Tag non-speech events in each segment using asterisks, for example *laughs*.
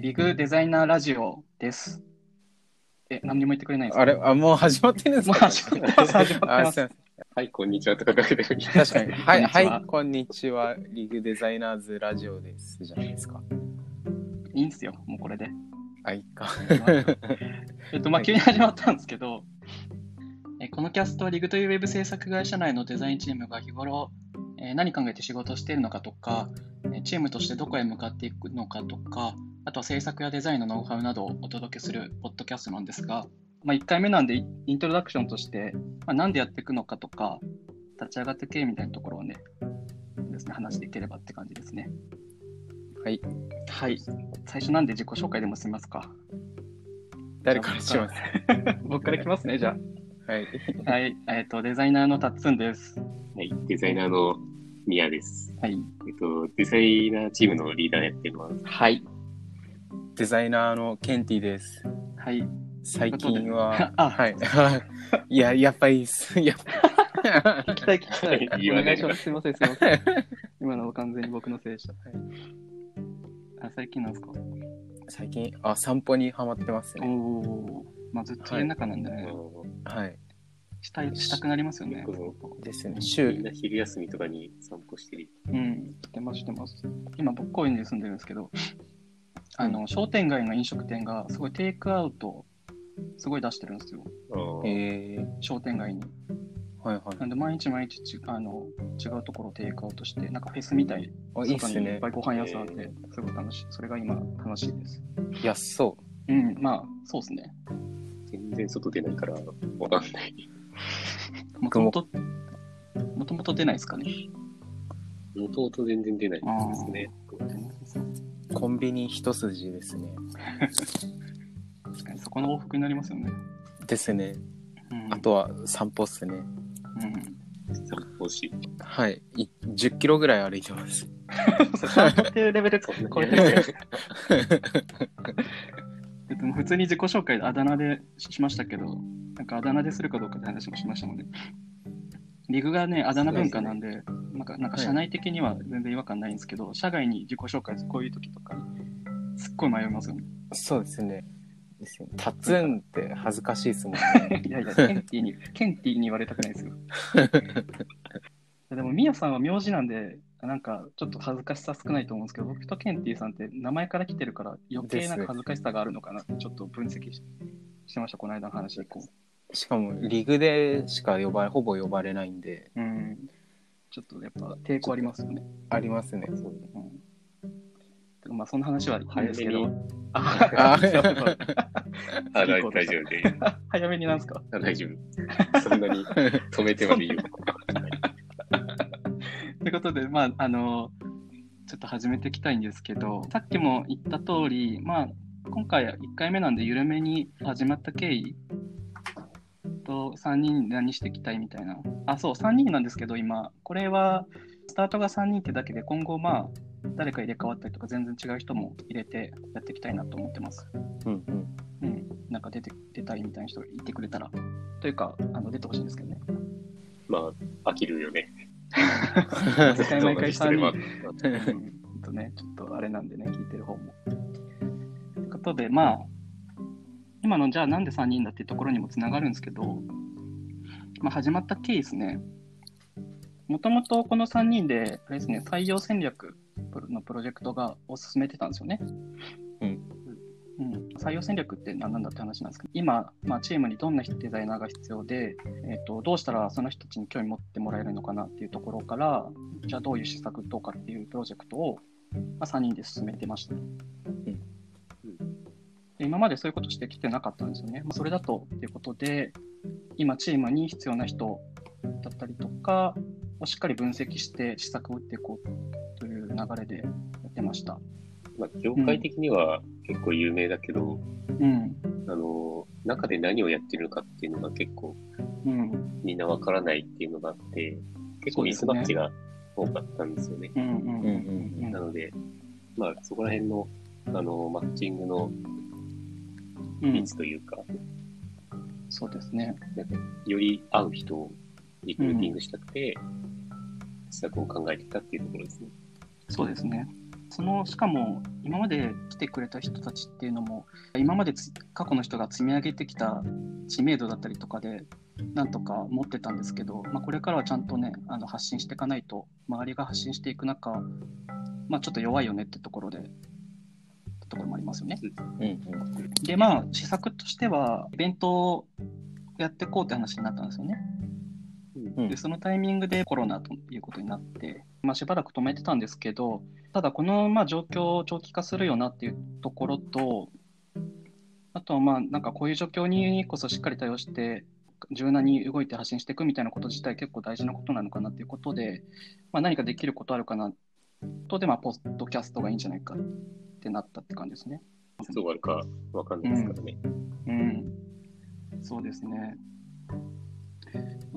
ギグデザイナーラジオです。え、何にも言ってくれないんですかあれあ、もう始まってるんですもうか始まってます、始まってまあすす。いまはい、こんにちはとかかけてみせん *laughs* 確かに。はい、こんにちははい、こんにちは。リグデザイナーズラジオです。じゃないですか。いいんですよ、もうこれで。あ、いいか。えっと、まあ、急に始まったんですけど、えこのキャストはリグというウェブ制作会社内のデザインチームが日頃、えー何考えて仕事をしているのかとか、えーチームとしてどこへ向かっていくのかとか、あとは制作やデザインのノウハウなどをお届けするポッドキャストなんですが、まあ、1回目なんでイイントロダクションとして、まあ、なんでやっていくのかとか、立ち上がって経緯みたいなところをね、ですね話していければって感じですね。はい。はい。最初なんで自己紹介でも済みますか。誰からします僕から来ますね、じゃはい。あ。はい、えっ、と、デザイナーのたっつんです。はい、デザイナーのミヤです。はい。えっと、デザイナーチームのリーダーやってます。はい。デザイナーのケンティです。はい。、最近は *laughs* あはい。 *laughs* いや、やっぱいいっす。 *laughs* やっ *laughs* ぱ聞きたい、聞きたい。言わおな願いいしのます。すいません、すいません。今のは完全に僕のせいでした。はい、あ最近なんですか最近、あ、散歩にハマってますおね。おー。まあ、ずっと家の中なんでね、はい。したい、したくなりますよね。ですね。みん週、な昼休みとかに散歩してる。うん、してます、してます。今、僕、高円寺に住んでるんですけど、あの、商店街の飲食店が、すごいテイクアウト、すごい出してるんですよ。えー、商店街に。はいはいなんで毎日毎日ちあの違うところをテイクアウトして、なんかフェスみたいに、。あいいっす外にいっねぱ。いご飯屋さんあって、すごい楽しい。それが今楽しいです。安そうん、まあ、そうですね。全然外出ないからわかんない。もともと、もともと出ないですかね。弟全然出ないですね。う。コンビニ一筋ですね。確かに、そこの往復になりますよね。ですね。うん、あ、とは散歩っす *laughs* ね。うん。散歩し。はい。い10キロぐらい歩いてます。散歩っていうレベル、 *laughs* これ、えっと、普通に自己紹介、あだ名でしましたけど、なんかあだ名でするかどうかって話もしましたもんね。リグがね、あだ名文化なんで、なんか、なんか社内的には全然違和感ないんですけど、社外に自己紹介する、こういう時とか、すっごい迷いますよね。そうですね。ですねタツンって恥ずかしいですもんね。い *laughs* やいや、ケンティーに、ケンティーに言われたくないです *laughs* よ。でも、ミヤさんは名字なんで、なんかちょっと恥ずかしさ少ないと思うんですけど、僕とケンティーさんって名前から来てるから、余計なんか恥ずかしさがあるのかなって、ちょっと分析ししてました、この間の話以降。 *laughs* しかも、リグでしか呼ばれ、ほぼ呼ばれないんで、うん。ちょっとやっぱ抵抗ありますよね。ありますね。うん。てかまあ、そんな話はいいん早ですめけにど。。 *laughs* ああ、大丈夫で。早めになんですか大丈夫。そんなに止めてまで *laughs* いいよ。ということで、まあ、あの、ちょっと始めていきたいんですけど、さっきも言った通り、まあ、今回は1回目なんで、緩めに始まった経緯と、3人何していきたいみたいな。あ、そう、3人なんですけど、今、これは、スタートが3人ってだけで、今後、まあ、誰か入れ替わったりとか、全然違う人も入れてやっていきたいなと思ってます。うんううん。ん、なんか出て、出たいみたいな人がいてくれたら。というか、あの出てほしいんですけどね。まあ、飽きるよね。毎回毎回3人。うんとね、ちょっとあれなんでね、聞いてる方も。ということで、まあ、今のじゃあなんで3人だっていうところにもつながるんですけど、まあ、始まった経緯ですね。もともとこの3人で、あれですね、採用戦略のプロジェクトがを進めてたんですよね。うんうん。採用戦略って何なんだって話なんですけど、今、まあ、チームにどんなデザイナーが必要で、えっとどうしたらその人たちに興味持ってもらえるのかなっていうところから、じゃあどういう施策とかっていうプロジェクトを、まあ、3人で進めてました。で今までそういうことしてきてなかったんですよね。まあ、それだとっていうことで、今チームに必要な人だったりとかをしっかり分析して施策を打っていこうという流れでやってました。まあ、業界的には結構有名だけど、うん。あの、中で何をやってるのかっていうのが結構うん。みんなわからないっていうのがあって、結そ構うミですスねマッチが多かったんですよね。うん。うん。うん。うん。うんなので、まあそこら辺の、あの、マッチングのうん。率というか、そうですね。より合う人をリクルーティングしたくて、施策を考えてたっていうところですね。そうですね。そのしかも今まで来てくれた人たちっていうのも今までつ過去の人が積み上げてきた知名度だったりとかでなんとか持ってたんですけど、まあ、これからはちゃんとねあの発信していかないと周りが発信していく中、まあ、ちょっと弱いよねってところでってところもありますよね。うんうんでまあ施策としてはイベントをやっていこうって話になったんですよね。うんでそのタイミングでコロナということになって、まあ、しばらく止めてたんですけどただこのまあ状況を長期化するよなっていうところとあとはまあなんかこういう状況にこそしっかり対応して柔軟に動いて発信していくみたいなこと自体結構大事なことなのかなっていうことで、まあ、何かできることあるかなとでまあポッドキャストがいいんじゃないかってなったって感じですね。いつ終わるかわかんないですからね。うん、そうですね。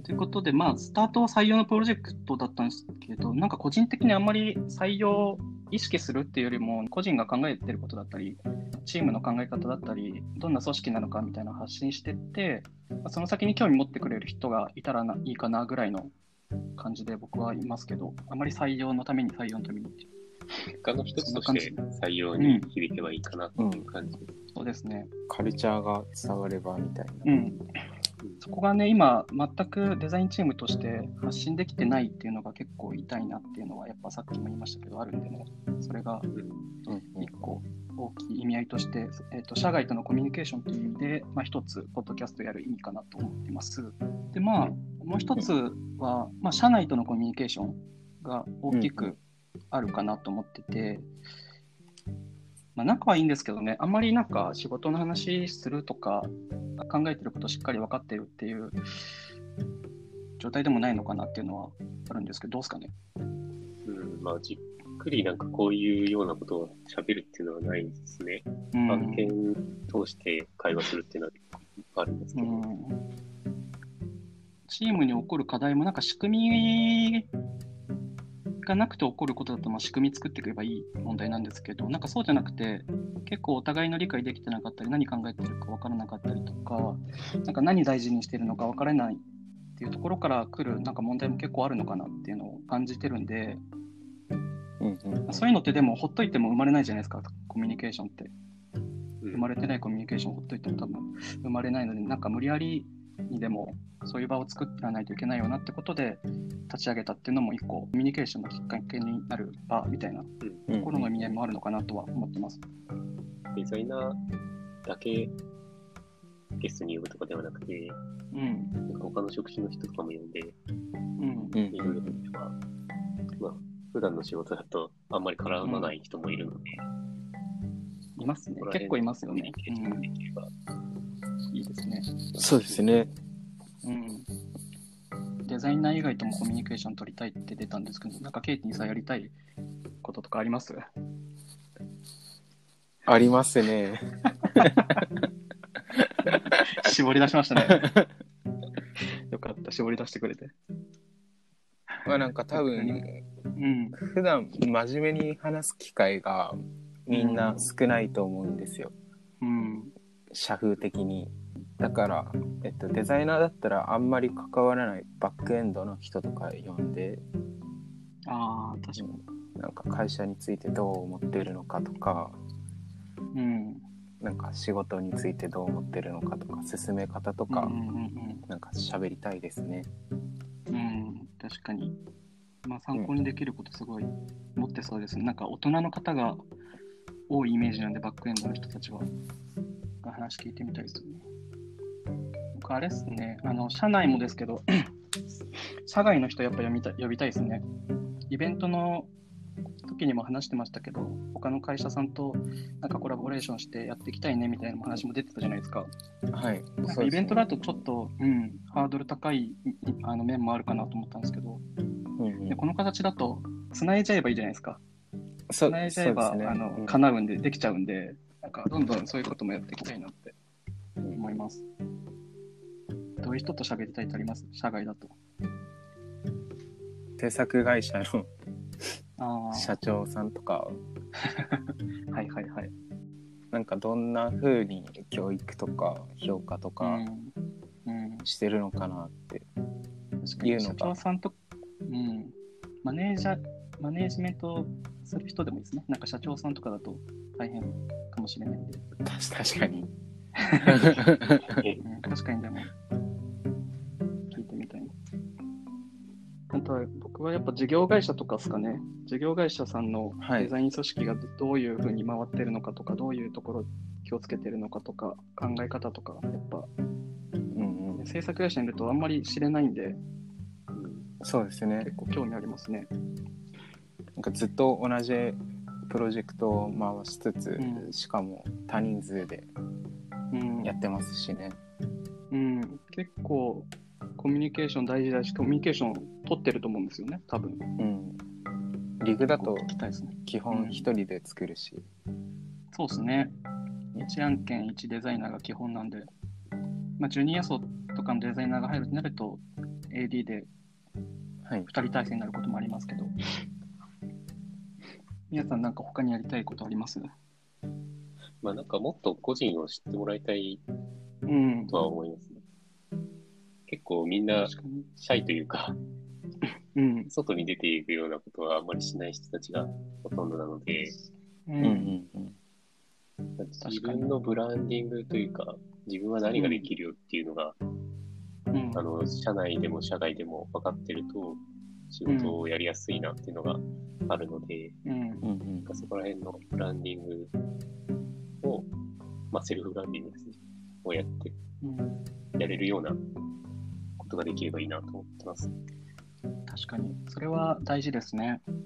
ということで、まあ、スタートは採用のプロジェクトだったんですけど、なんか個人的にあんまり採用を意識するっていうよりも、個人が考えてることだったり、チームの考え方だったり、どんな組織なのかみたいなのを発信してって、まあその先に興味持ってくれる人がいたらないいかなぐらいの感じで僕はいますけど、あまり採用のために採用のためにっていう結果の一つとして採用に響けばいいかなっていう感じです。そうですね。カルチャーが伝わればみたいな。うん、そこがね今全くデザインチームとして発信できてないっていうのが結構痛いなっていうのはやっぱさっきも言いましたけどあるんでねそれがうんうん一個大きい意味合いとして、えー、と社外とのコミュニケーションという意味で、まあ、一つポッドキャストやる意味かなと思ってますでまあもう一つは、まあ、社内とのコミュニケーションが大きくあるかなと思ってて、まあ、仲はいいんですけどねあんまりなんか仕事の話するとか考えてることしっかり分かってるっていう状態でもないのかなっていうのはあるんですけどどうですかねうん、まあ、じっくりなんかこういうようなことを喋るっていうのはないですね。うん案件通して会話するっていうのは結構あるんですけうど、んチームに起こる課題もなんか仕組みがなくて起こることだとまあ仕組み作っていけばいい問題なんですけどなんかそうじゃなくて結構お互いの理解できてなかったり何考えてるか分からなかったりとかなんか何大事にしてるのか分からないっていうところから来るなんか問題も結構あるのかなっていうのを感じてるんでうんうんそういうのってでもほっといても生まれないじゃないですかコミュニケーションって。うん生まれてないコミュニケーションをほっといても多分生まれないのでなんか無理やりにでもそういう場を作らないといけないよなってことで立ち上げたっていうのも一個コミュニケーションのきっかけになる場みたいなとうんころの意味合いもあるのかなとは思ってます。デザイナーだけゲストに呼ぶとかではなくて、うん、なんか他の職種の人とかも呼んで、うん、うんいろいろとか、まあ、普段の仕事だとあんまり絡まない人もいるので、いますね。結構いますよね。コミュニケーションうできればん、いいですね。そうですね。うん。デザイナー以外ともコミュニケーション取りたいって出たんですけど、なんかケイティさんやりたいこととかありますありますね。絞り出しました *laughs* ね。よかった、絞り出してくれて。まあなんか多分、うん。普段真面目に話す機会がみんな少ないと思うんですよ。うん。社風的に。だから、えっと、デザイナーだったらあんまり関わらないバックエンドの人とか呼んで、ああ、確かに。なんか会社についてどう思ってるのかとか、うん。なんか仕事についてどう思ってるのかとか、進め方とうかん、うんなんか喋りたいですね。うんうん、確かに。まあ、参考にできることすごい持ってそうですね。なんか大人の方が多いイメージなんで、バックエンドの人たちは。話聞いてみたいですよね。僕、あれですね、あの、社内もですけど、 *clears throat* 社外の人やっぱ呼びた呼びたいですね。イベントの時にも話してましたけど、他の会社さんとなんかコラボレーションしてやっていきたいねみたいな話も出てたじゃないですか。はない。んかそうですねイベントだとちょっと、うん、ハードル高いあの面もあるかなと思ったんですけど、うんうんでこの形だと繋いじゃえばいいじゃないですかそ繋いじゃえば、そうですねあうのん叶うんでできちゃうんでなんかどんどんそういうこともやっていきたいなって思いますどういう人と喋りたいってあります社外だと制作会社のああ社長さんとかはいはいはい、なんかどんな風に教育とか評価とうかんうん、してるのかなって、確かいうにの社が長さんと、うん、マネージャーマネージメントする人でもいいですね。なんか社長さんとかだと大変かもしれないんで。確かに。うん確かにでも、聞いてみたいな。あとは僕はやっぱ事業会社とかですかね。事業会社さんの *laughs* はいデザイン組織がどういうふうに回ってるのかとか、どういうところ気をつけてるのかとか、考え方とか、やっぱうんうん。制作会社にいるとあんまり知れないんで、そうですね。結構興味ありますね。なんかずっと同じプロジェクトを回しつつ、うしかも多人数でうんや、ってますしね。うん、結構コミュニケーション大事だし、コミュニケーションを取ってると思うんですよね、多分。うん。リグだと聞きたいですね。基本一人で作るし、そうですね。1案件1デザイナーが基本なんで、まあ、ジュニア層とかのデザイナーが入るとなると、AD ではい。 2人体制になることもあります *laughs* けど、皆さんなんか他にやりたいことありますまあなんかもっと個人を知ってもらいたいうん。とは思いますね。結構みんな確かに。シャイというか、うん。外に出ていくようなことはあんまりしない人たちがほとんどなので、ううんん。うん自分のブランディングというか、自分は何ができるよっていうのが、うんあの、社内でも社外でも分かってると、仕事をやりやすいなっていうのがあるので、うんうん。うんうんなんかそこら辺のブランディングを、まあ、セルフブランディングですね、をやって、うんやれるようなことができればいいなと思ってます。確かに。それは大事ですね。うん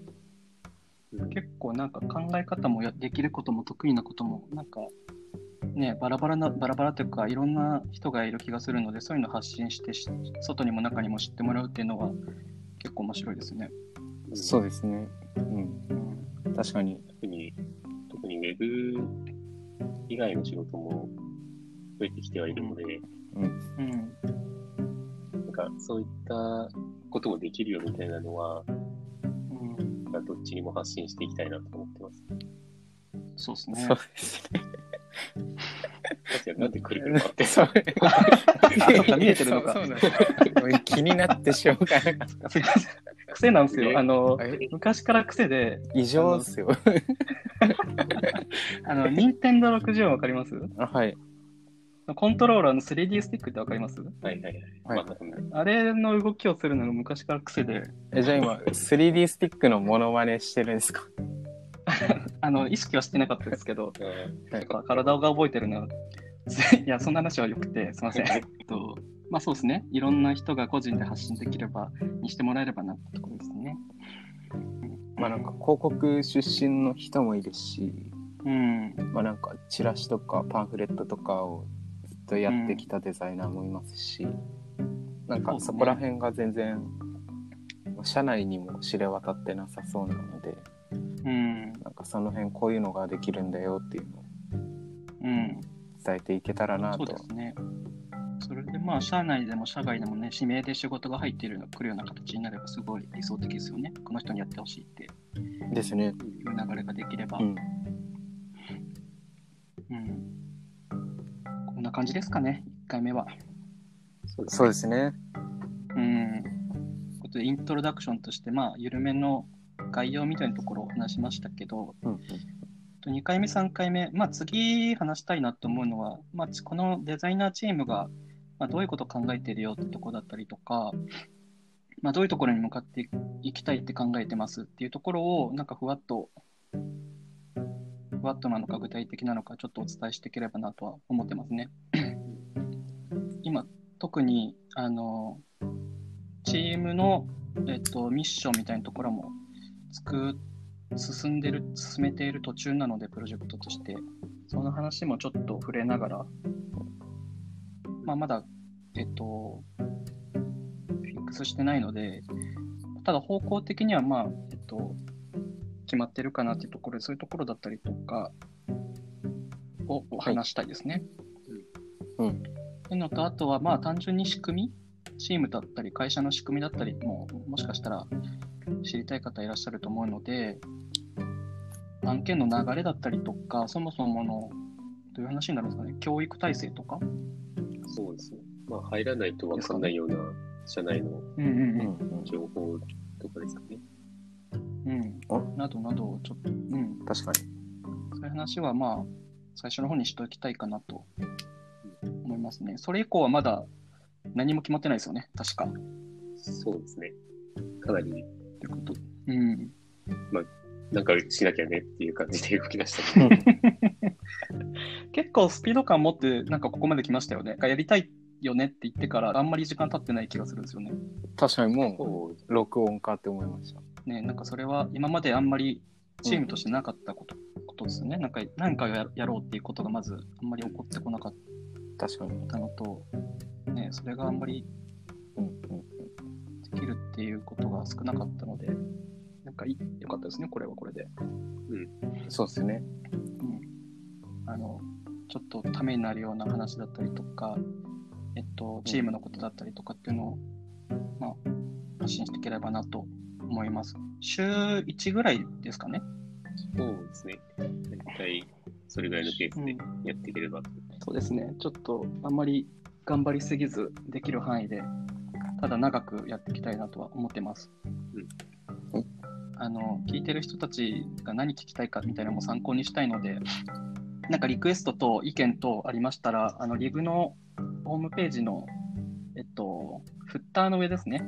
結構なんか考え方もやできることも得意なこともなんかねバラバラなバラバラというかいろんな人がいる気がするのでそういうの発信してし外にも中にも知ってもらうっていうのは結構面白いですね。そうですね。うん。うん確かに。特に、特にウェブ以外の仕事も増えてきてはいるので、うんなんかそういったこともできるよみたいなのは、うん、なんかどっちにも発信していきたいなと思ってます。そうですね。ですね。確かになんでくるくる回ってそさ、う。そっか見えてるのかそうそうなんです俺 *laughs* 気になってしょうがなかっすいません癖なんですえよ。あのた。え昔から癖で、異常ですよ。あ *laughs* の、任天堂64わかりますあはい。コントローラーの 3D スティックってわかります *laughs* はいはいは。はいいまたこんなあれの動きをするのが昔から癖で、えじゃあ今 3D スティックのモノマネしてるんですか。 *laughs* あの、意識はしてなかったですけど、はいやっぱ体が覚えてるな。 *laughs* いや、そんな話はよくて、すいません。えっと、まあそうですね。いろんな人が個人で発信できれば、にしてもらえればなってところですね。まあなんか広告出身の人もいるし、うん。まあなんかチラシとかパンフレットとかをずっとやってきたデザイナーもいますし、なんそうかですねそこら辺が全然、社内にも知れ渡ってなさそうなので、うん。なんかその辺こういうのができるんだよっていうのをうん。伝えていけたらなそうと。ですね。それでまあ、社内でも社外でもね、指名で仕事が入っているのくるような形になれば、すごい理想的ですよね。この人にやってほしいってですね。いう流れができれば。うん。うん。こんな感じですかね、1回目は。そうですそうですね。うん。ことでイントロダクションとして、まあ、緩めの概要みたいなところを話しましたけど、うん。 2回目、3回目、まあ、次話したいなと思うのは、まあ、このデザイナーチームが、まあ、どういうことを考えているよってとこだったりとか、まあ、どういうところに向かっていきたいって考えてますっていうところを、なんかふわっと、ふわっとなのか具体的なのか、ちょっとお伝えしていければなとは思ってますね。今、特に、あの、チームの、えっと、ミッションみたいなところも作っ進んでる進めている途中なのでプロジェクトとしてその話もちょっと触れながら、まあ、まだえっとフィックスしてないのでただ方向的にはまあえっと決まってるかなっていうところでそういうところだったりとかをお話したいですね。うんっていうのとあとはまあ単純に仕組みチームだったり会社の仕組みだったりももしかしたら知りたい方いらっしゃると思うので案件の流れだったりとかそもそものどういう話になるんですかね教育体制とか、そうですね。まあ入らないとわかんないような社内のうんうんうん情報とかですかね。ううんあ、などなどをちょっと、うん、確かに。そういう話はまあ最初の方にしておきたいかなと思いますね。それ以降はまだ何も決まってないですよね、確か。そうですね。かなり、ってこと。うん。なんかしなきゃねっていう感じで動き出したので、結構スピード感持ってなんかここまで来ましたよね。やりたいよねって言ってからあんまり時間経ってない気がするんですよね。確かにもそうう、録音かって思いました。ね、なんかそれは今まであんまりチームとしてなかったこと,、ことですよね。なんか何かをややろうっていうことがまずあんまり起こってこなかっ確かに。たのと、ね、それがあんまりうんうん。できるっていうことが少なかったので、なんかいい良かったですね、これはこれで。そうですね。うん、あのちょっとためになるような話だったりとか、えっと、チームのことだったりとかっていうのを、まあ、発信していければなと思います。週1ぐらいですかね。そうですね。大体、それぐらいのペースでやっていければと。そうですね、ちょっとあんまり頑張りすぎず、できる範囲で、ただ長くやっていきたいなとは思ってます。うんあの聞いてる人たちが何聞きたいかみたいなのも参考にしたいので、なんかリクエストと意見とありましたら、あのリブのホームページの、えっと、フッターの上ですね、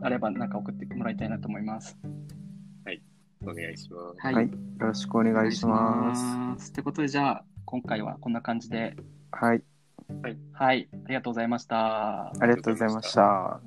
あればなんか送ってもらいたいなと思います。お願いします。ははい。よろしくお願いします。す。ということで、じゃあ、今回はこんな感じで、はい。はい、ありがとうございました。ありがとうございました。